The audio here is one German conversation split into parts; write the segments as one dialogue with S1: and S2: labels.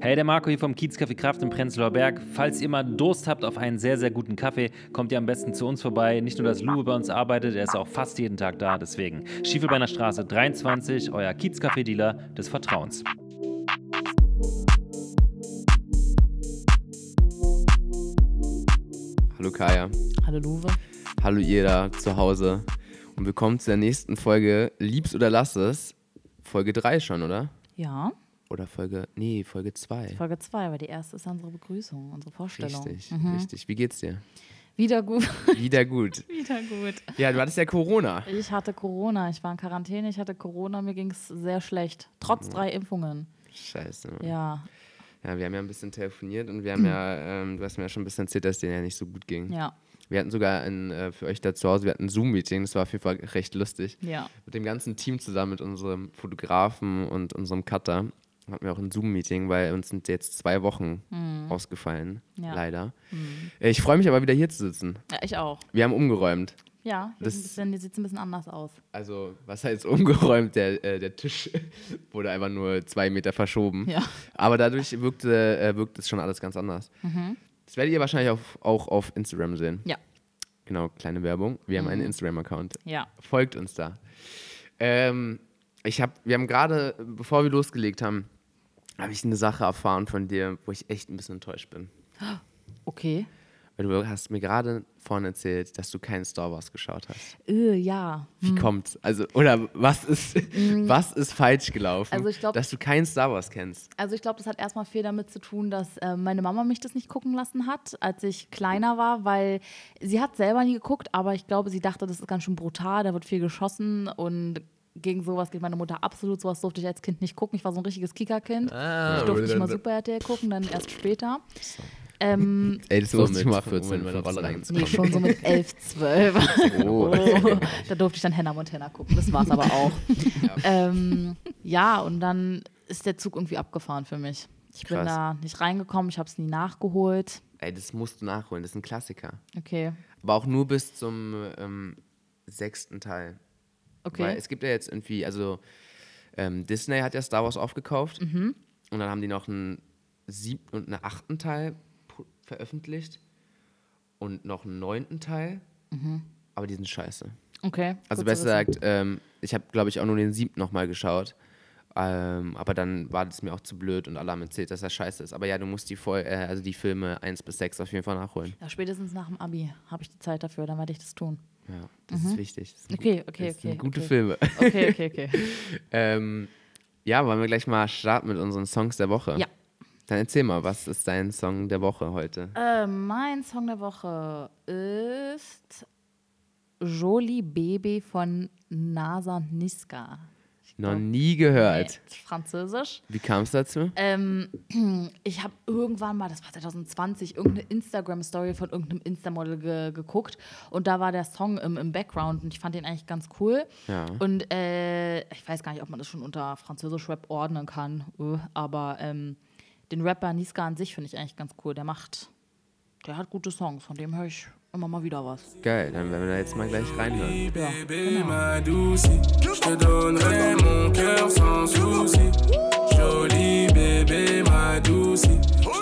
S1: Hey, der Marco hier vom Kiezcafé Kraft im Prenzlauer Berg. Falls ihr mal Durst habt auf einen sehr, sehr guten Kaffee, kommt ihr am besten zu uns vorbei. Nicht nur, dass Lube bei uns arbeitet, er ist auch fast jeden Tag da. Deswegen Schiefelbeiner Straße 23, euer Kiezcafé-Dealer des Vertrauens.
S2: Hallo Kaya.
S3: Hallo Luwe.
S2: Hallo ihr da zu Hause. Und willkommen zu der nächsten Folge Liebs oder Lass es. Folge 3 schon, oder?
S3: Ja,
S2: Oder Folge. Nee, Folge 2.
S3: Folge 2, weil die erste ist ja unsere Begrüßung, unsere Vorstellung.
S2: Richtig, richtig. Wie geht's dir?
S3: Wieder gut.
S2: Wieder gut.
S3: Wieder gut.
S2: Ja, du hattest ja Corona.
S3: Ich hatte Corona, ich war in Quarantäne, ich hatte Corona, mir ging es sehr schlecht. Trotz drei Impfungen.
S2: Scheiße. Mann.
S3: Ja,
S2: Ja, wir haben ja ein bisschen telefoniert und wir haben ja, ähm, du hast mir ja schon ein bisschen erzählt, dass es denen ja nicht so gut ging.
S3: ja,
S2: Wir hatten sogar ein, äh, für euch da zu Hause, wir hatten ein Zoom-Meeting, das war auf jeden Fall recht lustig.
S3: ja.
S2: mit dem ganzen Team zusammen, mit unserem Fotografen und unserem Cutter, hatten wir auch ein Zoom-Meeting, weil uns sind jetzt zwei Wochen ausgefallen,
S3: Mhm. Ja. Mhm.
S2: leider. Äh, Ich freue mich aber wieder hier zu sitzen.
S3: Ja, ich auch.
S2: Wir haben umgeräumt.
S3: Ja, hier,
S2: Das-
S3: ist ein bisschen, hier sieht es ein bisschen anders aus.
S2: Also, was heißt umgeräumt? Der, äh, der Tisch wurde einfach nur zwei Meter verschoben.
S3: Ja.
S2: Aber dadurch wirkte, äh, wirkt es schon alles ganz anders. Das werdet ihr wahrscheinlich auf, auch auf Instagram sehen.
S3: Mhm. Ja, Mhm.
S2: Genau, kleine Werbung. Wir haben einen Instagram-Account.
S3: ja.
S2: Folgt uns da. Ähm, ich hab, wir haben gerade, bevor wir losgelegt haben, habe ich eine Sache erfahren von dir, wo ich echt ein bisschen enttäuscht bin.
S3: Okay.
S2: Weil du hast mir gerade vorhin erzählt, dass du keinen Star Wars geschaut hast.
S3: Äh, ja.
S2: Wie kommt's? Also, oder was ist, was ist falsch gelaufen,
S3: Hm. Also ich glaub-
S2: dass du keinen Star Wars kennst?
S3: Also ich glaube, das hat erstmal viel damit zu tun, dass äh, meine Mama mich das nicht gucken lassen hat, als ich kleiner war, weil sie hat selber nie geguckt, aber ich glaube, sie dachte, das ist ganz schön brutal, da wird viel geschossen und gegen sowas geht meine Mutter absolut, sowas durfte ich als Kind nicht gucken. Ich war so ein richtiges Kickerkind. ich durfte nicht mal Super RTL gucken, dann erst später. Ähm,
S2: Ey, das
S4: musste ich mal 14
S2: in meine
S4: fünfzehn
S2: Rolle
S3: nee,
S2: reinzukommen.
S3: schon so mit 11, 12.
S2: Oh.
S3: Oh, da durfte ich dann Hannah Montana gucken. Das war es aber auch. Ja. Ähm, ja, und dann ist der Zug irgendwie abgefahren für mich. Ich bin
S2: Krass.
S3: da nicht reingekommen, ich habe es nie nachgeholt.
S2: Ey, das musst du nachholen, das ist ein Klassiker.
S3: Okay,
S2: Aber auch nur bis zum ähm, sechsten Teil. Weil
S3: okay.
S2: es gibt ja jetzt irgendwie, also ähm, Disney hat ja Star Wars aufgekauft
S3: Mhm.
S2: und dann haben die noch einen siebten und einen achten Teil pu- veröffentlicht und noch einen neunten Teil,
S3: Mhm.
S2: aber die sind scheiße.
S3: okay.
S2: Also
S3: gut zu
S2: besser
S3: wissen.
S2: gesagt, ähm, ich habe, glaube ich, auch nur den siebten nochmal geschaut. Ähm, aber dann war das mir auch zu blöd und alle haben erzählt, dass das scheiße ist. Aber ja, du musst die, voll, äh, also die Filme 1 bis 6 auf jeden Fall nachholen.
S3: Ja, spätestens nach dem Abi habe ich die Zeit dafür, dann werde ich das tun.
S2: Ja, das ist wichtig. Das sind
S3: Mhm. Okay,
S2: gut-
S3: okay,
S2: das sind
S3: okay,
S2: Gute
S3: okay.
S2: Filme.
S3: Okay, okay, okay.
S2: Ähm, ja, wollen wir gleich mal starten mit unseren Songs der Woche?
S3: Ja.
S2: Dann erzähl mal, was ist dein Song der Woche heute?
S3: äh, mein Song der Woche ist Jolie Baby von Nasa Niska.
S2: Noch nie gehört.
S3: Nee, ist Französisch.
S2: Wie kam es dazu?
S3: Ähm, ich habe irgendwann mal, das war 2020, irgendeine Instagram-Story von irgendeinem Insta-Model ge geguckt und da war der Song im, im Background und ich fand den eigentlich ganz cool.
S2: Ja.
S3: Und äh, ich weiß gar nicht, ob man das schon unter Französisch-Rap ordnen kann, äh, aber ähm, den Rapper Niska an sich finde ich eigentlich ganz cool. Der macht, der hat gute Songs, von dem höre ich immer mal wieder was. Genau.
S2: Geil, dann werden wir da jetzt mal gleich reinhören.
S5: Bébé ma douce, je te donnerai mon cœur sans souci. Jolie bébé ma douce, je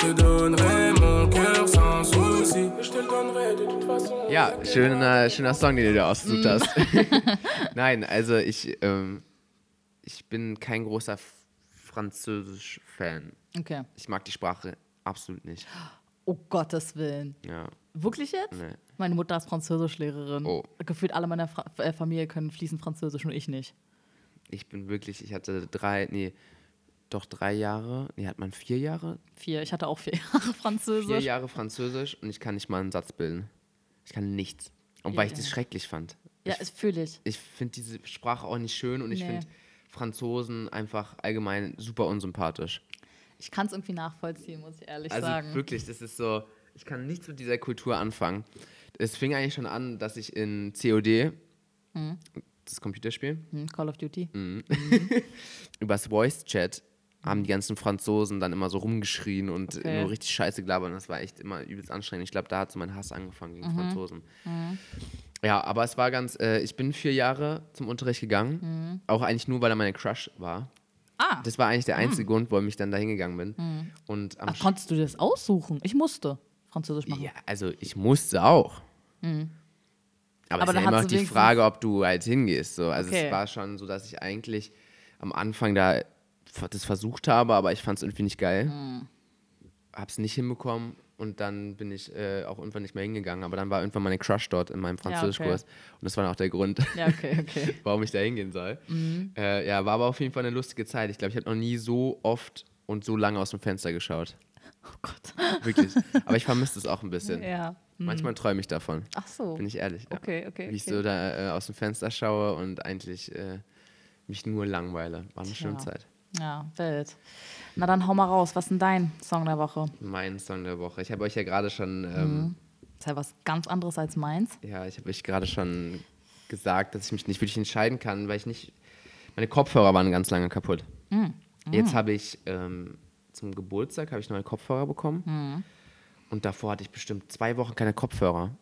S5: te donnerai mon cœur sans souci. Je te le donnerai de toute façon.
S2: Ja, schöner, schöner Song, den du da
S3: Mhm.
S2: ausgesucht hast. Nein, also ich, ähm, ich bin kein großer F- Französisch-Fan.
S3: Okay.
S2: Ich mag die Sprache absolut nicht.
S3: Oh Gottes Willen.
S2: Ja. ne.
S3: Wirklich jetzt?
S2: Nee.
S3: Meine Mutter ist Französischlehrerin.
S2: Oh.
S3: Gefühlt alle meiner Fra äh, Familie können fließend Französisch, nur ich nicht.
S2: Ich bin wirklich, ich hatte drei, nee, doch drei Jahre, nee, hat man vier Jahre?
S3: Vier. Ich hatte auch vier Jahre Französisch.
S2: vier Jahre Französisch und ich kann nicht mal einen Satz bilden. Ich kann nichts. Und weil ich
S3: Ja.
S2: das schrecklich fand.
S3: Ja,
S2: ich
S3: ist fühle ich.
S2: ich finde diese Sprache auch nicht schön und ich
S3: Nee.
S2: finde Franzosen einfach allgemein super unsympathisch.
S3: Ich kann es irgendwie nachvollziehen, muss ich ehrlich
S2: Also
S3: sagen.
S2: wirklich, das ist so, ich kann nichts mit dieser Kultur anfangen. Es fing eigentlich schon an, dass ich in COD,
S3: Mhm.
S2: das Computerspiel,
S3: Hm, Call of Duty.
S2: Mhm. übers Voice Chat haben die ganzen Franzosen dann immer so rumgeschrien und
S3: Okay.
S2: nur richtig scheiße gelabert. Und das war echt immer übelst anstrengend. Ich glaube, da hat so mein Hass angefangen
S3: Mhm.
S2: gegen Franzosen. Ja, aber es war ganz, äh, ich bin vier Jahre zum Unterricht gegangen. Auch eigentlich nur, weil er meine Crush war.
S3: Mhm. Ah. Mhm.
S2: Das war eigentlich der einzige Grund, warum ich dann da hingegangen bin. Und am
S3: Ach, konntest du dir das aussuchen? Ich musste Französisch machen. Hm.
S2: Ja, also ich musste auch. Aber,
S3: Aber
S2: es ist
S3: dann
S2: ja immer noch
S3: hast du
S2: die
S3: wenigstens-
S2: Frage, ob du halt hingehst. So. Also
S3: Okay.
S2: es war schon so, dass ich eigentlich am Anfang da ver- das versucht habe, aber ich fand es irgendwie nicht geil.
S3: Hm.
S2: Hab's nicht hinbekommen und dann bin ich äh, auch irgendwann nicht mehr hingegangen. Aber dann war irgendwann meine Crush dort in meinem Französischkurs. Und das war dann auch der Grund,
S3: Ja, okay, okay. Mhm.
S2: warum ich da hingehen soll. Äh, ja, war aber auf jeden Fall eine lustige Zeit. Ich glaube, ich habe noch nie so oft und so lange aus dem Fenster geschaut.
S3: Oh Gott.
S2: Wirklich. aber ich vermisse es auch ein bisschen.
S3: Ja.
S2: Manchmal träume ich davon.
S3: Mhm. Ach so.
S2: Bin ich ehrlich. ja.
S3: Okay, okay,
S2: Wie ich
S3: okay.
S2: so da äh, aus dem Fenster schaue und eigentlich äh, mich nur langweile. War eine schöne
S3: Tja.
S2: Zeit.
S3: Ja, wild. Na dann hau mal raus. Was ist denn dein Song der Woche?
S2: Mein Song der Woche. Ich habe euch ja gerade schon,
S3: Mhm.
S2: ähm,
S3: Ist ja was ganz anderes als meins.
S2: ja, ich habe euch gerade schon gesagt, dass ich mich nicht wirklich entscheiden kann, weil ich nicht. Meine Kopfhörer waren ganz lange kaputt.
S3: Mm.
S2: Jetzt habe ich ähm, zum Geburtstag habe ich neue Kopfhörer bekommen.
S3: Mm.
S2: Und davor hatte ich bestimmt zwei Wochen keine Kopfhörer.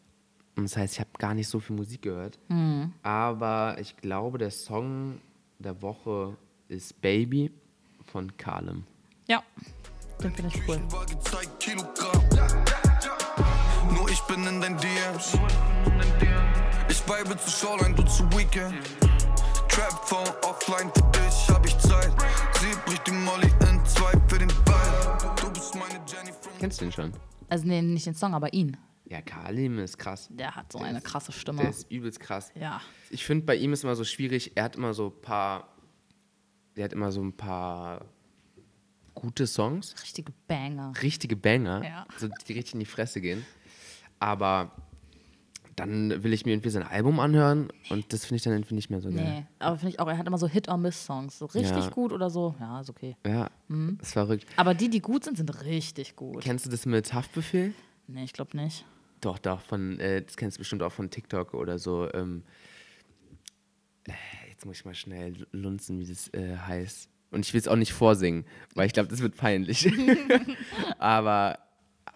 S2: Und das heißt, ich habe gar nicht so viel Musik gehört.
S3: Mm.
S2: Aber ich glaube, der Song der Woche ist Baby von Kalem.
S3: Ja. Den finde ich cool.
S4: Küchenwaage zeigt Kilogramm. Nur ich bin in dein DMs. Ich weibe zu Shoreline, du zu Weekend. Trap Phone offline, für dich hab ich Zeit. Sie bricht die Molly in zwei für den Ball. Du bist meine Jenny from
S2: Kennst du den schon?
S3: Also nee, nicht den Song, aber ihn.
S2: Ja, Kalem ist krass.
S3: Der hat so
S2: Der
S3: eine
S2: ist-
S3: krasse
S2: Der
S3: Stimme.
S2: ist übelst krass.
S3: Ja.
S2: Ich finde, bei ihm ist immer so schwierig, er hat immer so ein paar. Der hat immer so ein paar gute Songs.
S3: Richtige Banger.
S2: richtige Banger,
S3: Ja.
S2: so, die richtig in die Fresse gehen. Aber dann will ich mir irgendwie sein Album anhören und das finde ich dann irgendwie nicht mehr so geil.
S3: Nee, aber finde ich auch, er hat immer so Hit-or-Miss-Songs. So richtig
S2: Ja.
S3: gut oder so. Ja, ist okay.
S2: Ja, das ist verrückt.
S3: Aber die, die gut sind, sind richtig gut.
S2: Kennst du das mit Haftbefehl?
S3: nee, ich glaube nicht.
S2: Doch, doch, von, äh, das kennst du bestimmt auch von TikTok oder so. Ähm, äh, jetzt muss ich mal schnell lunzen, wie das äh, heißt. Und ich will es auch nicht vorsingen, weil ich glaube, das wird peinlich. Aber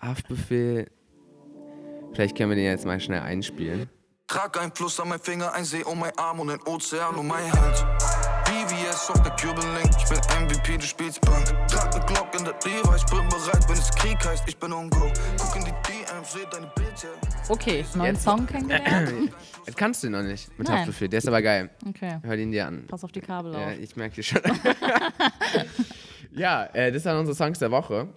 S2: Haftbefehl, vielleicht können wir den jetzt mal schnell einspielen.
S4: Trag ein Fluss an mein Finger, ein See um mein Arm und ein Ozean um mein Hand. BVS auf der Kürbelling, ich bin MVP des Spielsbank. Trag ne Glock in der Lever, ich bin bereit, wenn es Krieg heißt, ich bin on go. Guck in die DMs, seh deine Bilder.
S3: Okay, neuen
S2: Jetzt-
S3: Song kennengelernt.
S2: Das kannst du noch nicht mit
S3: Nein.
S2: Haftbefehl. Der ist aber geil.
S3: Okay.
S2: Hör ihn dir an.
S3: Pass auf die Kabel
S2: Ja,
S3: auf.
S2: ich merke dir schon. ja, äh, das waren unsere Songs der Woche.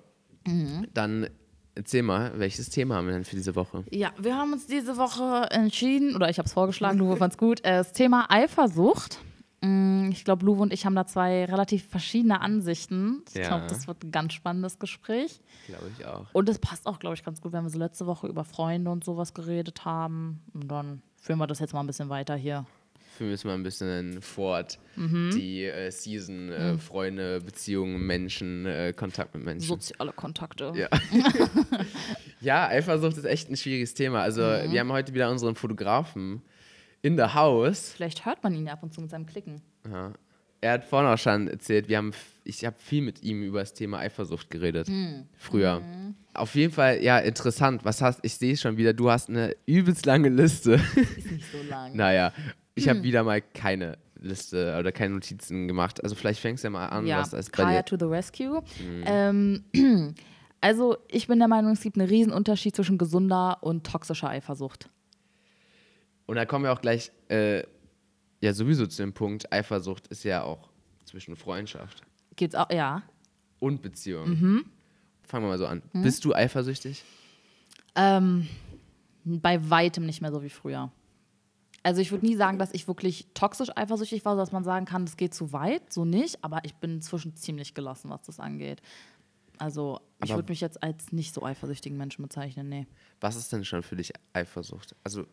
S3: Mhm.
S2: Dann erzähl mal, welches Thema haben wir denn für diese Woche?
S3: Ja, wir haben uns diese Woche entschieden, oder ich habe es vorgeschlagen, Luwe fand es gut, äh, das Thema Eifersucht. Mm, Ich glaube, Luwe und ich haben da zwei relativ verschiedene Ansichten. Ich
S2: Ja.
S3: glaube, das wird ein ganz spannendes Gespräch.
S2: Glaube ich auch.
S3: Und das passt auch, glaube ich, ganz gut, wenn wir so letzte Woche über Freunde und sowas geredet haben. Und dann führen wir das jetzt mal ein bisschen weiter hier.
S2: Wir müssen mal ein bisschen fort die äh, Season, äh, Freunde, Beziehungen, Menschen, äh, Kontakt mit Menschen.
S3: Soziale Kontakte.
S2: Ja. ja, Eifersucht ist echt ein schwieriges Thema. Also wir haben heute wieder unseren Fotografen in the house.
S3: Vielleicht hört man ihn ja ab und zu mit seinem Klicken.
S2: Ja. Er hat vorhin auch schon erzählt, wir haben, f- ich habe viel mit ihm über das Thema Eifersucht geredet.
S3: Hm.
S2: Früher.
S3: Mhm.
S2: Auf jeden Fall, ja, interessant. Was hast, ich sehe schon wieder, du hast eine übelst lange Liste.
S3: Ist nicht so lang. Hm.
S2: naja, ich habe wieder mal keine Liste oder keine Notizen gemacht. Also vielleicht fängst du ja mal an,
S3: ja,
S2: was als bei
S3: Kaya
S2: dir. Mhm.
S3: to the Rescue. Ähm, also, ich bin der Meinung, es gibt einen Riesenunterschied zwischen gesunder und toxischer Eifersucht.
S2: Und da kommen wir auch gleich, äh, ja, sowieso zu dem Punkt, Eifersucht ist ja auch zwischen Freundschaft
S3: Geht's auch? Ja.
S2: und Beziehung.
S3: Mhm.
S2: Fangen wir mal so an. Bist du eifersüchtig?
S3: Ähm, bei weitem nicht mehr so wie früher. Also ich würde nie sagen, dass ich wirklich toxisch eifersüchtig war, sodass man sagen kann, das geht zu weit, so nicht. Aber ich bin inzwischen ziemlich gelassen, was das angeht. Also ich
S2: Aber-
S3: würde mich jetzt als nicht so eifersüchtigen Menschen bezeichnen, nee.
S2: Was ist denn schon für dich Eifersucht? Also,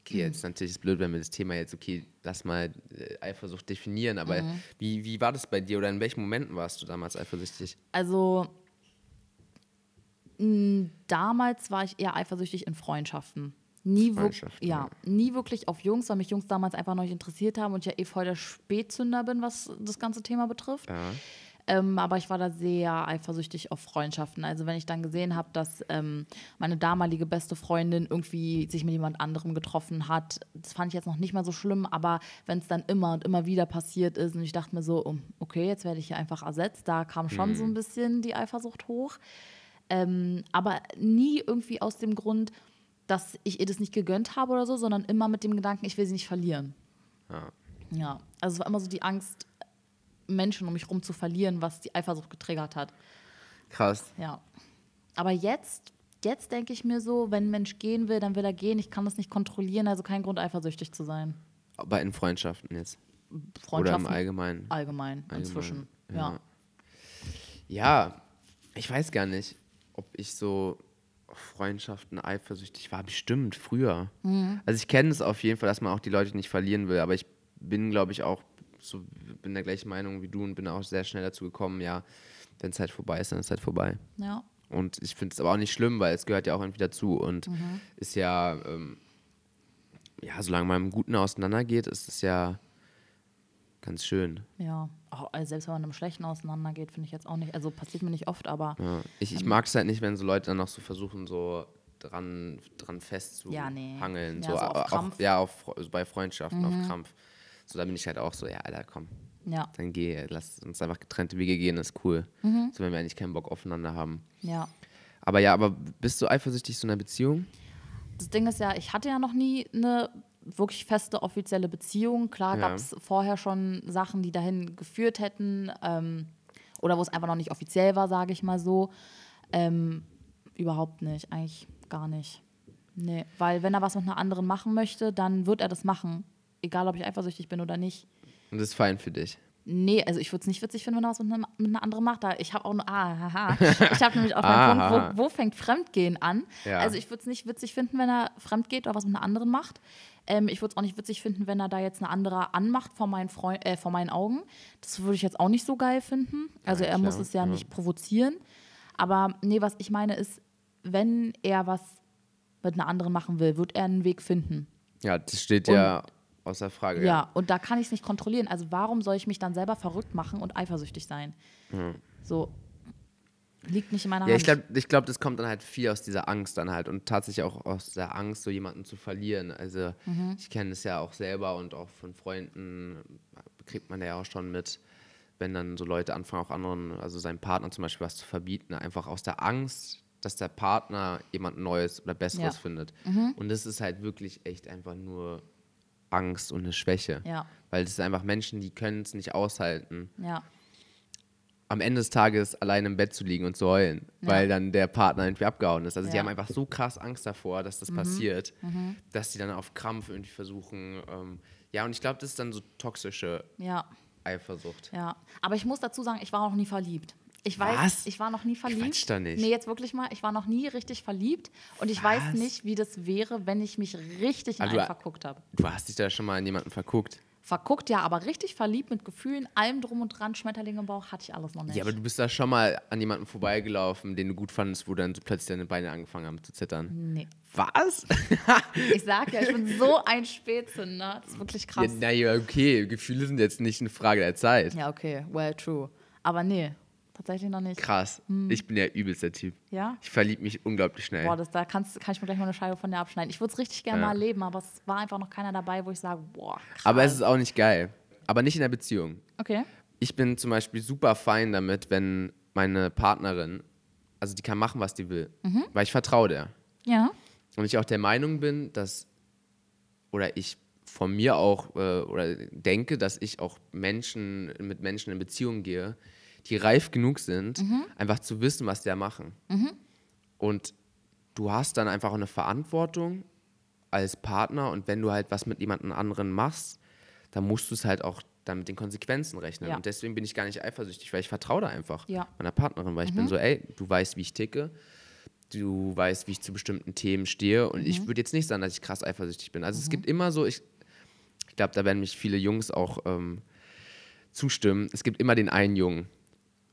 S2: okay, jetzt natürlich ist blöd, wenn wir das Thema jetzt, okay, lass mal äh, Eifersucht definieren, aber wie, wie war das bei dir oder in welchen Momenten warst du damals eifersüchtig?
S3: Also m, damals war ich eher eifersüchtig in Freundschaften. Nie, wirk
S2: Freundschaften,
S3: ja, nie wirklich auf Jungs, weil mich Jungs damals einfach noch nicht interessiert haben und ich ja eh voll der Spätzünder bin, was das ganze Thema betrifft. Ähm, aber ich war da sehr eifersüchtig auf Freundschaften. Also wenn ich dann gesehen habe, dass ähm, meine damalige beste Freundin irgendwie sich mit jemand anderem getroffen hat, das fand ich jetzt noch nicht mal so schlimm, aber wenn es dann immer und immer wieder passiert ist und ich dachte mir so, oh, okay, jetzt werde ich hier einfach ersetzt, da kam schon so ein bisschen die Eifersucht hoch. Ähm, aber nie irgendwie aus dem Grund, dass ich ihr das nicht gegönnt habe oder so, sondern immer mit dem Gedanken, ich will sie nicht verlieren. Ja. Ja, also es war immer so die Angst, Menschen um mich rum zu verlieren, was die Eifersucht getriggert hat.
S2: Krass.
S3: Ja. Aber jetzt, jetzt denke ich mir so, wenn ein Mensch gehen will, dann will er gehen. Ich kann das nicht kontrollieren, also kein Grund, eifersüchtig zu sein.
S2: Aber in Freundschaften jetzt. Oder
S3: Freundschaften
S2: im Allgemeinen.
S3: allgemein, inzwischen. Ja.
S2: ja. Ja, ich weiß gar nicht, ob ich so auf Freundschaften eifersüchtig war. Bestimmt, früher. Also ich kenne es auf jeden Fall, dass man auch die Leute nicht verlieren will, aber ich bin, glaube ich, auch so, bin der gleichen Meinung wie du und bin auch sehr schnell dazu gekommen, ja, wenn es halt vorbei ist, dann ist es halt vorbei.
S3: ja.
S2: Und ich finde es aber auch nicht schlimm, weil es gehört ja auch irgendwie dazu und ist ja, ähm, ja, solange man im Guten auseinandergeht, ist es ja ganz schön.
S3: Ja, auch, also selbst wenn man mit einem Schlechten auseinandergeht, finde ich jetzt auch nicht. Also passiert mir nicht oft, aber
S2: Ja, ich
S3: Ähm.
S2: ich mag es halt nicht, wenn so Leute dann noch so versuchen, so dran, dran fest zu
S3: Ja, nee.
S2: hangeln.
S3: Ja,
S2: so,
S3: so auf
S2: au-
S3: Krampf. Mhm.
S2: ja, auf, Fre- also bei Freundschaften, auf Krampf. So, da bin ich halt auch so, ja, Alter, komm,
S3: ja,
S2: dann geh, lass uns einfach getrennte Wege gehen, ist cool.
S3: Mhm.
S2: So, wenn wir eigentlich keinen Bock aufeinander haben.
S3: ja.
S2: Aber ja, aber bist du eifersüchtig zu einer Beziehung?
S3: Das Ding ist ja, ich hatte ja noch nie eine wirklich feste offizielle Beziehung. Klar
S2: Ja.
S3: gab es vorher schon Sachen, die dahin geführt hätten ähm, oder wo es einfach noch nicht offiziell war, sage ich mal so. Ähm, überhaupt nicht, eigentlich gar nicht. Nee, weil wenn er was mit einer anderen machen möchte, dann wird er das machen. Egal, ob ich eifersüchtig bin oder nicht.
S2: Und das ist fein für dich.
S3: Nee, also ich würde es nicht witzig finden, wenn er was mit, einem, mit einer anderen macht. Da ich habe auch nur, ah, haha. Ich habe nämlich auch meinen
S2: Aha.
S3: Punkt, wo, wo fängt Fremdgehen an?
S2: Ah, Ja.
S3: Also ich würde es nicht witzig finden, wenn er fremdgeht oder was mit einer anderen macht. Ähm, ich würde es auch nicht witzig finden, wenn er da jetzt eine andere anmacht vor meinen, Freu äh, vor meinen Augen. Das würde ich jetzt auch nicht so geil finden. Also
S2: Ja,
S3: er muss
S2: klar,
S3: es ja,
S2: ja.
S3: nicht provozieren. Aber nee, was ich meine ist, wenn er was mit einer anderen machen will, wird er einen Weg finden.
S2: Ja, das steht ja außer Frage.
S3: Ja, und da kann ich es nicht kontrollieren. Also warum soll ich mich dann selber verrückt machen und eifersüchtig sein? So liegt nicht in meiner
S2: Hm. Ja, ich
S3: Hand.
S2: glaube, ich glaub, das kommt dann halt viel aus dieser Angst dann halt und tatsächlich auch aus der Angst, so jemanden zu verlieren. Also
S3: Mhm.
S2: ich kenne das ja auch selber und auch von Freunden kriegt man da ja auch schon mit, wenn dann so Leute anfangen, auch anderen, also seinem Partner zum Beispiel was zu verbieten, einfach aus der Angst, dass der Partner jemand Neues oder Besseres
S3: Ja. Mhm.
S2: findet. Und das ist halt wirklich echt einfach nur Angst und eine Schwäche.
S3: Ja.
S2: Weil das sind einfach Menschen, die können es nicht aushalten
S3: ja,
S2: am Ende des Tages allein im Bett zu liegen und zu heulen, weil dann der Partner irgendwie abgehauen ist. Also die
S3: Ja. Mhm.
S2: haben einfach so krass Angst davor, dass das passiert, dass sie dann auf Krampf irgendwie versuchen. Ähm, ja, und ich glaube, das ist dann so toxische
S3: ja,
S2: Eifersucht.
S3: ja. Aber ich muss dazu sagen, ich war noch nie verliebt. Ich weiß,
S2: Was?
S3: ich war noch nie verliebt.
S2: Quatsch doch nicht.
S3: Nee, jetzt wirklich mal, ich war noch nie richtig verliebt und ich weiß
S2: Was?
S3: nicht, wie das wäre, wenn ich mich richtig in
S2: Aber du-
S3: einen verguckt habe.
S2: Du hast dich da schon mal an jemanden verguckt.
S3: Verguckt, ja, aber richtig verliebt mit Gefühlen, allem drum und dran, Schmetterlinge im Bauch, hatte ich alles noch nicht.
S2: Ja, aber du bist da schon mal an jemanden vorbeigelaufen, den du gut fandest, wo dann so plötzlich deine Beine angefangen haben zu zittern.
S3: nee.
S2: Was?
S3: Ich sag ja, ich bin so ein Spätzünder. Das ist wirklich
S2: Ja,
S3: krass.
S2: naja, okay, Gefühle sind jetzt nicht eine Frage der Zeit.
S3: Ja, okay, well, true. Aber nee, tatsächlich noch nicht.
S2: Krass. Ich bin ja übelst der Typ.
S3: Mhm. Ja?
S2: Ich verliebe mich unglaublich schnell.
S3: Boah, das, da kannst, kann ich mir gleich mal eine Scheibe von der abschneiden. Ich würde es richtig gerne
S2: Ja.
S3: mal erleben, aber es war einfach noch keiner dabei, wo ich sage, boah, krass.
S2: Aber es ist auch nicht geil. Aber nicht in der Beziehung.
S3: Okay.
S2: Ich bin zum Beispiel super fein damit, wenn meine Partnerin, also die kann machen, was die will, weil ich vertraue der.
S3: Ja.
S2: Und ich auch der Meinung bin, dass, oder ich von mir auch, äh, oder denke, dass ich auch Menschen, mit Menschen in Beziehung gehe, die reif genug sind, einfach zu wissen, was die da machen. Und du hast dann einfach auch eine Verantwortung als Partner und wenn du halt was mit jemandem anderen machst, dann musst du es halt auch dann mit den Konsequenzen rechnen.
S3: Ja.
S2: Und deswegen bin ich gar nicht eifersüchtig, weil ich vertraue da einfach
S3: Ja. Mhm.
S2: meiner Partnerin, weil ich bin so, ey, du weißt, wie ich ticke, du weißt, wie ich zu bestimmten Themen stehe und
S3: Mhm.
S2: ich würde jetzt nicht sagen, dass ich krass eifersüchtig bin. Also es gibt immer so, ich, ich glaube, da werden mich viele Jungs auch ähm, zustimmen, es gibt immer den einen Jungen.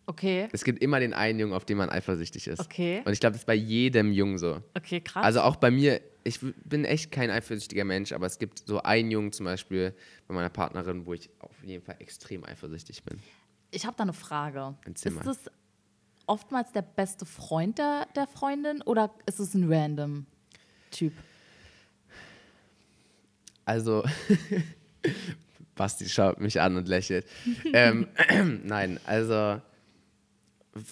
S3: Okay.
S2: Es gibt immer den einen Jungen, auf den man eifersüchtig ist.
S3: Okay.
S2: Und ich glaube, das ist bei jedem Jungen so.
S3: Okay, krass.
S2: Also auch bei mir, ich w- bin echt kein eifersüchtiger Mensch, aber es gibt so einen Jungen zum Beispiel bei meiner Partnerin, wo ich auf jeden Fall extrem eifersüchtig bin.
S3: Ich habe da eine Frage.
S2: Erzähl mal.
S3: Ist es oftmals der beste Freund der, der Freundin oder ist es ein random Typ?
S2: Also, Basti schaut mich an und lächelt. ähm, nein, also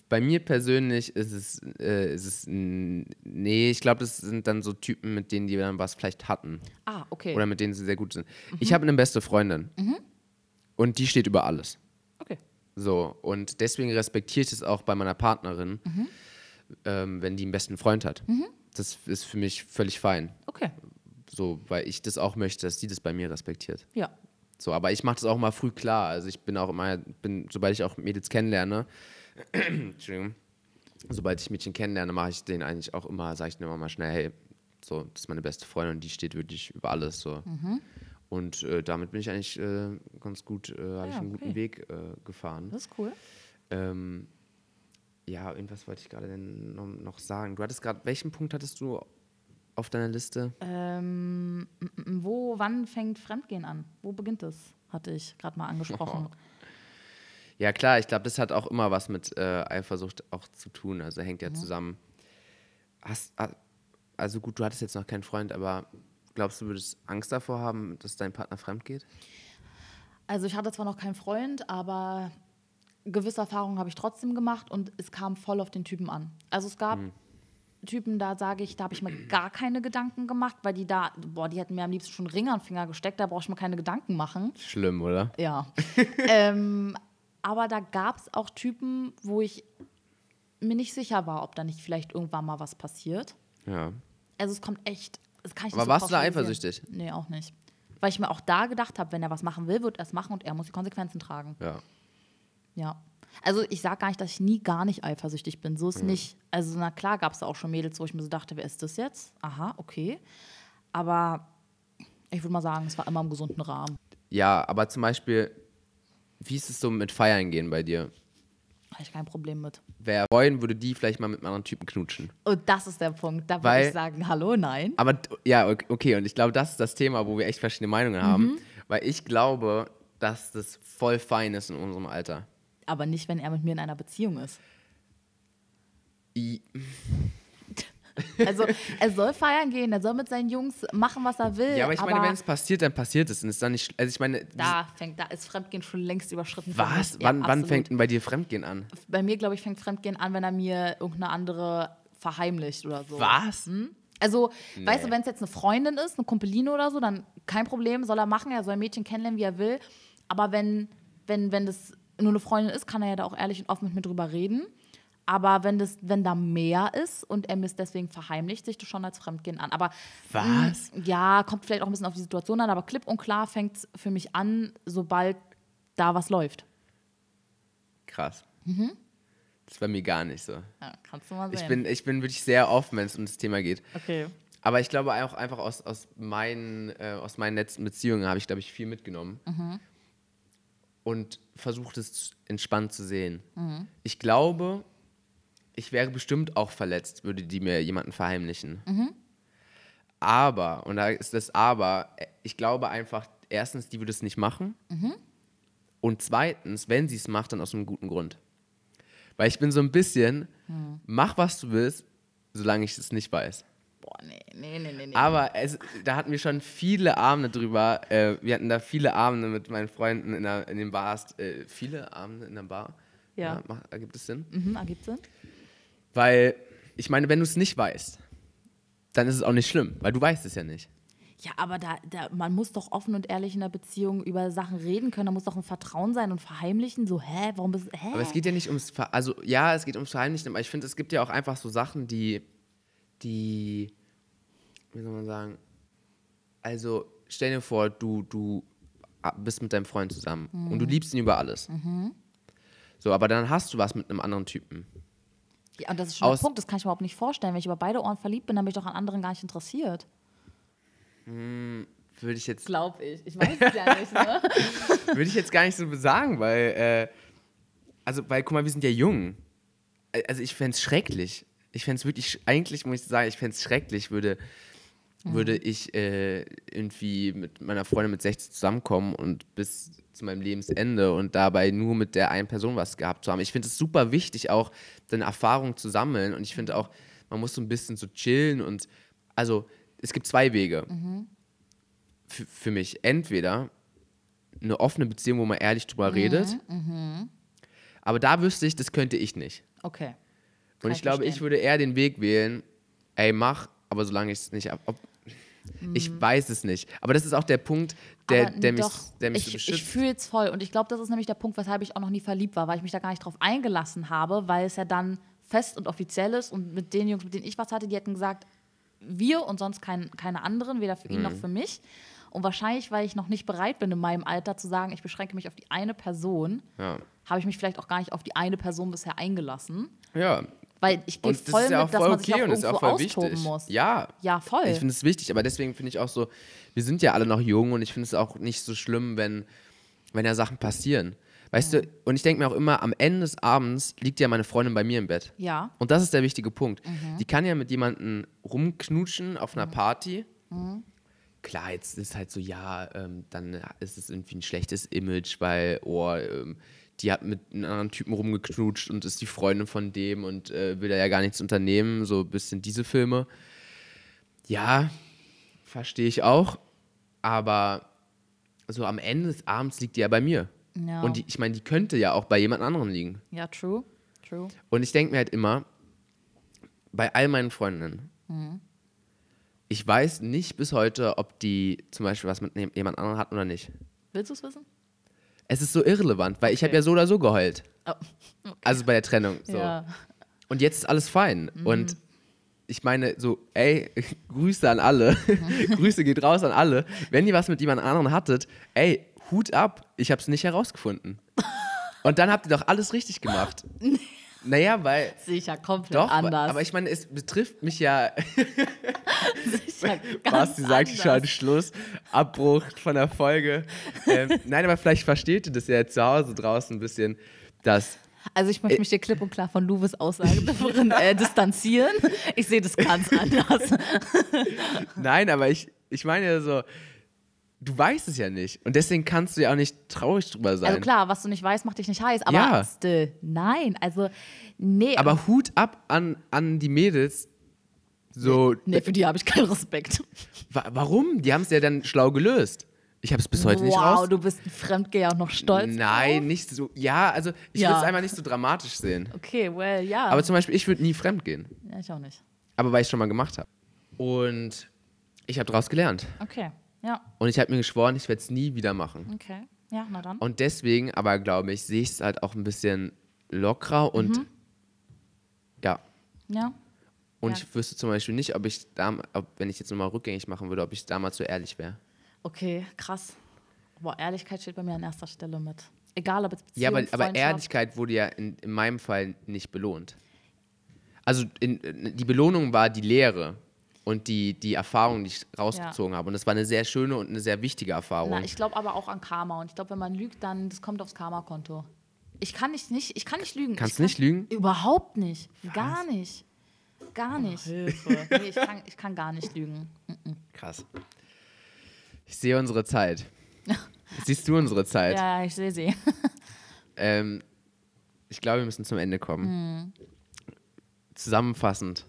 S2: bei mir persönlich ist es, äh, ist es n- nee, ich glaube, das sind dann so Typen, mit denen die dann was vielleicht hatten
S3: Ah, okay.
S2: oder mit denen sie sehr gut sind. Ich habe eine beste Freundin und die steht über alles.
S3: okay.
S2: So, und deswegen respektiere ich es auch bei meiner Partnerin, ähm, wenn die einen besten Freund hat. Das ist für mich völlig fein.
S3: Okay.
S2: So, weil ich das auch möchte, dass die das bei mir respektiert.
S3: Ja.
S2: So, aber ich mache das auch mal früh klar. Also ich bin auch immer, bin, sobald ich auch Mädels kennenlerne, Entschuldigung, sobald ich Mädchen kennenlerne, mache ich denen eigentlich auch immer, sage ich denen immer mal schnell, hey, so, das ist meine beste Freundin und die steht wirklich über alles. So.
S3: Mhm.
S2: Und äh, damit bin ich eigentlich äh, ganz gut, äh, habe ich
S3: Ja,
S2: einen guten
S3: okay.
S2: Weg äh, gefahren.
S3: Das ist cool.
S2: Ähm, ja, irgendwas wollte ich gerade denn noch- noch sagen. Du hattest gerade, welchen Punkt hattest du auf deiner Liste?
S3: Ähm, m- m- wo, wann fängt Fremdgehen an? Wo beginnt es? Hatte ich gerade mal angesprochen.
S2: Ja, klar, ich glaube, das hat auch immer was mit äh, Eifersucht auch zu tun. Also hängt ja zusammen. Hast, a- also gut, du hattest jetzt noch keinen Freund, aber glaubst du, würdest Angst davor haben, dass dein Partner fremd geht?
S3: Also ich hatte zwar noch keinen Freund, aber gewisse Erfahrungen habe ich trotzdem gemacht und es kam voll auf den Typen an. Also es gab Typen, da sage ich, da habe ich mir gar keine Gedanken gemacht, weil die da, boah, die hätten mir am liebsten schon einen Ring an den Finger gesteckt, da brauche ich mir keine Gedanken machen.
S2: Schlimm, oder?
S3: Ja. ähm, aber da gab es auch Typen, wo ich mir nicht sicher war, ob da nicht vielleicht irgendwann mal was passiert.
S2: Ja.
S3: Also es kommt echt, das kann ich nicht
S2: Aber
S3: so
S2: warst du da
S3: pauschalisieren.
S2: eifersüchtig?
S3: Nee, auch nicht. Weil ich mir auch da gedacht habe, wenn er was machen will, wird er es machen und er muss die Konsequenzen tragen.
S2: Ja.
S3: Ja. Also ich sage gar nicht, dass ich nie gar nicht eifersüchtig bin. So ist nicht. Also na klar gab es da auch schon Mädels, wo ich mir so dachte, wer ist das jetzt? Aha, okay. Aber ich würde mal sagen, es war immer im gesunden Rahmen.
S2: Ja, aber zum Beispiel, wie ist es so mit Feiern gehen bei dir?
S3: Habe ich kein Problem mit.
S2: Wer freuen würde, die vielleicht mal mit einem anderen Typen knutschen?
S3: Und das ist der Punkt. Da würde
S2: Weil-
S3: ich sagen, hallo, nein.
S2: Aber d- ja, ok- okay, und ich glaube, das ist das Thema, wo wir echt verschiedene Meinungen haben, weil ich glaube, dass das voll fein ist in unserem Alter.
S3: Aber nicht, wenn er mit mir in einer Beziehung ist.
S2: I
S3: Also er soll feiern gehen, er soll mit seinen Jungs machen, was er will.
S2: Ja, aber ich meine, wenn es passiert, dann passiert es. Und ist dann nicht. sch- Also ich meine,
S3: Äh, da fängt, da ist Fremdgehen schon längst überschritten.
S2: dieses- was?
S3: Ja,
S2: wann, wann
S3: absolut.
S2: fängt denn bei dir Fremdgehen an?
S3: Bei mir, glaube ich, fängt Fremdgehen an, wenn er mir irgendeine andere verheimlicht oder so.
S2: Was?
S3: Also, weißt du, wenn es jetzt eine Freundin ist, eine Kumpeline oder so, dann kein Problem, soll er machen, er soll ein Mädchen kennenlernen, wie er will. Aber wenn, wenn, wenn das nur eine Freundin ist, kann er ja da auch ehrlich und offen mit mir drüber reden. Aber wenn, das, wenn da mehr ist und er mir es deswegen verheimlicht, sich das schon als Fremdgehen an. Aber
S2: Was?
S3: mh, ja, kommt vielleicht auch ein bisschen auf die Situation an, aber klipp und klar fängt es für mich an, sobald da was läuft.
S2: Krass.
S3: Mhm.
S2: Das ist bei mir gar nicht so.
S3: Ja, kannst du mal sehen.
S2: Ich bin, ich bin wirklich sehr offen, wenn es um das Thema geht.
S3: okay.
S2: Aber ich glaube auch einfach aus, aus, meinen, äh, aus meinen letzten Beziehungen habe ich, glaube ich, viel mitgenommen. Und versucht es entspannt zu sehen. Ich glaube, ich wäre bestimmt auch verletzt, würde die mir jemanden verheimlichen. Aber, und da ist das Aber, äh, ich glaube einfach, erstens, die würde es nicht machen. Und zweitens, wenn sie es macht, dann aus einem guten Grund. Weil ich bin so ein bisschen, mach was du willst, solange ich es nicht weiß.
S3: Boah, nee, nee, nee, nee. nee.
S2: Aber es, da hatten wir schon viele Abende drüber. Äh, wir hatten da viele Abende mit meinen Freunden in, der, in den Bars. Äh, viele Abende in der Bar.
S3: Ja.
S2: macht, ergibt es Sinn?
S3: Mhm, ergibt Sinn?
S2: Weil, ich meine, wenn du es nicht weißt, dann ist es auch nicht schlimm, weil du weißt es ja nicht.
S3: Ja, aber da, da, man muss doch offen und ehrlich in der Beziehung über Sachen reden können. Da muss doch ein Vertrauen sein und verheimlichen. So, hä, warum bist du, hä?
S2: Aber es geht ja nicht ums Ver also ja, es geht ums Verheimlichen, aber ich finde, es gibt ja auch einfach so Sachen, die die wie soll man sagen? Also, stell dir vor, du du a- bist mit deinem Freund zusammen und du liebst ihn über alles. So, aber dann hast du was mit einem anderen Typen.
S3: ja, und das ist schon der
S2: aus-
S3: Punkt, das kann ich mir überhaupt nicht vorstellen. Wenn ich über beide Ohren verliebt bin, dann bin ich doch an anderen gar nicht interessiert.
S2: Würde ich jetzt
S3: Glaub ich. Ich weiß es ja nicht, ne?
S2: würde ich jetzt gar nicht so sagen, weil äh, also weil guck mal, wir sind ja jung. Al- Also, ich fände es schrecklich. Ich fände es wirklich sch- eigentlich muss ich sagen, ich fände es schrecklich, würde würde ich äh, irgendwie mit meiner Freundin mit 60 zusammenkommen und bis zu meinem Lebensende und dabei nur mit der einen Person was gehabt zu haben. Ich finde es super wichtig, auch deine Erfahrung zu sammeln und ich finde auch, man muss so ein bisschen so chillen und also es gibt zwei Wege für, für mich. Entweder eine offene Beziehung, wo man ehrlich drüber
S3: Mhm,
S2: redet, aber da wüsste ich, das könnte ich nicht.
S3: Okay.
S2: Und
S3: Kann
S2: ich
S3: ich
S2: glaube, ich
S3: verstehen.
S2: würde eher den Weg wählen, ey, mach, aber solange ich es nicht ab. Ob, Ich weiß es nicht. Aber das ist auch der Punkt, der,
S3: Mhm. Aber
S2: der, mich,
S3: doch,
S2: der mich so
S3: ich,
S2: beschützt.
S3: ich fühle jetzt voll und ich glaube, das ist nämlich der Punkt, weshalb ich auch noch nie verliebt war, weil ich mich da gar nicht drauf eingelassen habe, weil es ja dann fest und offiziell ist und mit den Jungs, mit denen ich was hatte, die hätten gesagt, wir und sonst kein, keine anderen, weder für ihn
S2: Mhm.
S3: noch für mich. Und wahrscheinlich, weil ich noch nicht bereit bin in meinem Alter zu sagen, ich beschränke mich auf die eine Person,
S2: Ja.
S3: habe ich mich vielleicht auch gar nicht auf die eine Person bisher eingelassen,
S2: ja.
S3: weil ich gehe
S2: Und das
S3: voll
S2: ist
S3: mit,
S2: ja auch
S3: dass
S2: voll
S3: man sich
S2: okay
S3: auch
S2: und ist
S3: irgendwo
S2: auch voll
S3: austoben
S2: wichtig.
S3: muss.
S2: Ja.
S3: Ja, voll.
S2: Ich finde es wichtig, aber deswegen finde ich auch so, wir sind ja alle noch jung und ich finde es auch nicht so schlimm, wenn, wenn ja Sachen passieren. Weißt du, und ich denke mir auch immer, am Ende des Abends liegt ja meine Freundin bei mir im Bett.
S3: Ja. Mhm.
S2: Und das ist der wichtige Punkt. Die kann ja mit jemandem rumknutschen auf einer Party.
S3: Mhm.
S2: Klar, jetzt ist halt so, ja, ähm, dann ist es irgendwie ein schlechtes Image, weil, oh, ähm, die hat mit einem anderen Typen rumgeknutscht und ist die Freundin von dem und äh, will da ja gar nichts unternehmen. So ein bisschen diese Filme. Ja, verstehe ich auch. Aber so am Ende des Abends liegt die ja bei mir.
S3: Ja.
S2: Und die, ich meine, die könnte ja auch bei jemand anderem liegen.
S3: ja, true, true.
S2: Und ich denke mir halt immer, bei all meinen Freundinnen, ich weiß nicht bis heute, ob die zum Beispiel was mit ne- jemand anderem hatten oder nicht.
S3: Willst du es wissen?
S2: Es ist so irrelevant, weil ich habe ja so oder so geheult.
S3: Oh,
S2: Also bei der Trennung. So.
S3: Ja.
S2: Und jetzt ist alles fein. Und ich meine, so, ey, Grüße an alle. Grüße geht raus an alle. Wenn ihr was mit jemand anderem hattet, ey, Hut ab. Ich habe es nicht herausgefunden. Und dann habt ihr doch alles richtig gemacht. naja, weil
S3: Sicher, komplett
S2: doch,
S3: anders.
S2: aber ich meine, es betrifft mich ja.
S3: sicher, ganz
S2: Basti sagt
S3: anders.
S2: schon Schluss, Abbruch von der Folge. ähm, nein, aber vielleicht versteht ihr das ja jetzt zu Hause draußen ein bisschen, dass
S3: Also ich
S2: Äh,
S3: möchte mich hier klipp und klar von Luves Aussage davon, äh, distanzieren. Ich sehe das ganz anders. Also
S2: Nein, aber ich, ich meine ja so, du weißt es ja nicht. Und deswegen kannst du ja auch nicht traurig drüber sein.
S3: Also klar, was du nicht weißt, macht dich nicht heiß. Aber
S2: Ja.
S3: still, nein, also nee. ähm,
S2: Aber Hut ab an, an die Mädels. So,
S3: nee, für die habe ich keinen Respekt.
S2: wa warum? Die haben es ja dann schlau gelöst. Ich habe es bis heute nicht
S3: Wow,
S2: raus.
S3: du bist ein Fremdgeher und noch stolz.
S2: Nein, nicht so. Ja, also ich
S3: Ja.
S2: würde es einfach nicht so dramatisch sehen.
S3: Okay, well, ja.
S2: Aber zum Beispiel, ich würde nie fremd gehen.
S3: ja. Ich auch nicht.
S2: Aber weil ich schon mal gemacht habe. Und ich habe daraus gelernt.
S3: Okay, ja,
S2: Und ich habe mir geschworen, ich werde es nie wieder machen.
S3: okay. Ja, na dann.
S2: Und deswegen, aber glaube ich, sehe ich es halt auch ein bisschen lockerer und
S3: Mhm.
S2: ja.
S3: Ja.
S2: Und
S3: Ja.
S2: ich wüsste zum Beispiel nicht, ob ich da, ob, wenn ich jetzt nochmal rückgängig machen würde, ob ich damals so ehrlich wäre.
S3: Okay, krass. Boah, Ehrlichkeit steht bei mir an erster Stelle mit. Egal, ob jetzt Beziehung,
S2: Ja, aber, aber
S3: Freundschaft-
S2: Ehrlichkeit wurde ja in, in meinem Fall nicht belohnt. Also in, in, die Belohnung war die Lehre und die, die Erfahrung, die ich rausgezogen habe. Und das war eine sehr schöne und eine sehr wichtige Erfahrung.
S3: Na, ich glaube aber auch an Karma. Und ich glaube, wenn man lügt, dann das kommt aufs Karma-Konto. Ich kann nicht, nicht, ich kann nicht lügen.
S2: Kannst
S3: ich
S2: du
S3: kann,
S2: nicht lügen?
S3: Überhaupt nicht. Gar nicht. Gar nicht. Hilfe. Nee, ich kann, ich kann gar nicht lügen.
S2: Krass. Ich sehe unsere Zeit. Siehst du unsere Zeit?
S3: Ja, ich sehe sie.
S2: Ähm, ich glaube, wir müssen zum Ende kommen. Zusammenfassend.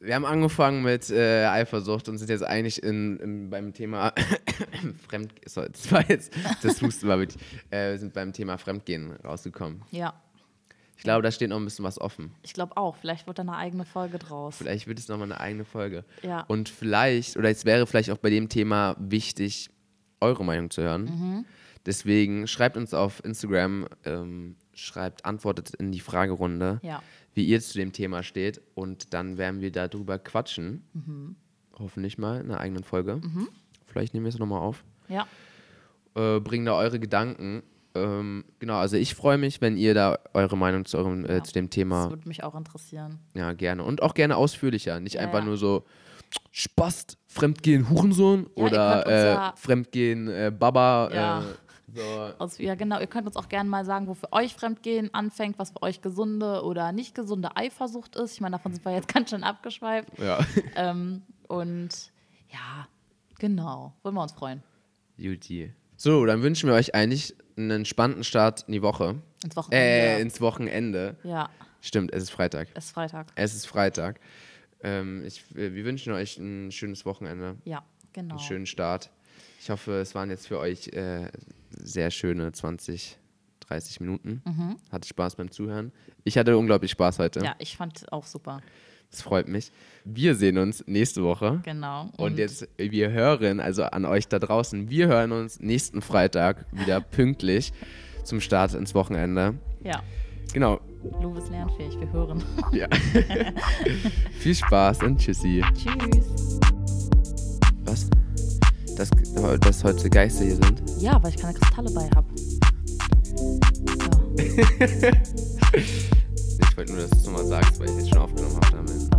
S2: Wir haben angefangen mit äh, Eifersucht und sind jetzt eigentlich in, in, beim Thema Fremd... So, das war jetzt... Das Husten war wirklich... Äh, wir sind beim Thema Fremdgehen rausgekommen.
S3: Ja,
S2: Ich glaube, da steht noch ein bisschen was offen.
S3: ich glaube auch. Vielleicht wird da eine eigene Folge draus.
S2: Vielleicht wird es nochmal eine eigene Folge.
S3: Ja.
S2: Und vielleicht, oder es wäre vielleicht auch bei dem Thema wichtig, eure Meinung zu hören.
S3: Mhm.
S2: Deswegen schreibt uns auf Instagram, ähm, schreibt, antwortet in die Fragerunde,
S3: Ja.
S2: wie ihr zu dem Thema steht. Und dann werden wir darüber quatschen.
S3: Mhm.
S2: Hoffentlich mal in einer eigenen Folge. Vielleicht nehmen wir es nochmal auf
S3: Ja,
S2: äh, bringen da eure Gedanken. Ähm, genau, also ich freue mich, wenn ihr da eure Meinung zu, eurem, äh, zu dem
S3: das
S2: Thema
S3: würde mich auch interessieren.
S2: ja, gerne. Und auch gerne ausführlicher. Nicht einfach
S3: ja.
S2: nur so Spast, Fremdgehen, Hurensohn
S3: ihr könnt
S2: oder
S3: uns
S2: äh,
S3: ja-
S2: Fremdgehen, äh, Baba.
S3: Ja.
S2: Äh, so.
S3: Also, ja, genau. Ihr könnt uns auch gerne mal sagen, wo für euch Fremdgehen anfängt, was für euch gesunde oder nicht gesunde Eifersucht ist. Ich meine, davon sind wir jetzt ganz schön abgeschweift.
S2: Ja.
S3: Ähm, und Ja, genau. Würden wir uns freuen.
S2: Juti. So, dann wünschen wir euch eigentlich einen entspannten Start in die Woche.
S3: Ins Wochenende.
S2: Äh, ins Wochenende.
S3: ja,
S2: Stimmt, es ist Freitag.
S3: es ist Freitag.
S2: Es ist Freitag. Ähm, ich, wir wir wünschen euch ein schönes Wochenende,
S3: Ja, genau.
S2: einen schönen Start. Ich hoffe, es waren jetzt für euch äh, sehr schöne 20, 30 Minuten. Hatte Spaß beim Zuhören. Ich hatte unglaublich Spaß heute.
S3: Mhm. Ja, ich fand auch super.
S2: Das freut mich. Wir sehen uns nächste Woche.
S3: Genau.
S2: Und jetzt, wir hören, also an euch da draußen, wir hören uns nächsten Freitag wieder pünktlich zum Start ins Wochenende.
S3: Ja,
S2: Genau.
S3: Lou ist lernfähig. Wir hören.
S2: Ja. Viel Spaß und tschüssi.
S3: Tschüss.
S2: Was? Dass, dass heute Geister hier sind?
S3: Ja, weil ich keine Kristalle bei habe. Ja,
S2: Ich wollte nur, dass du es nochmal sagst, weil ich jetzt schon aufgenommen habe damit.
S3: oh.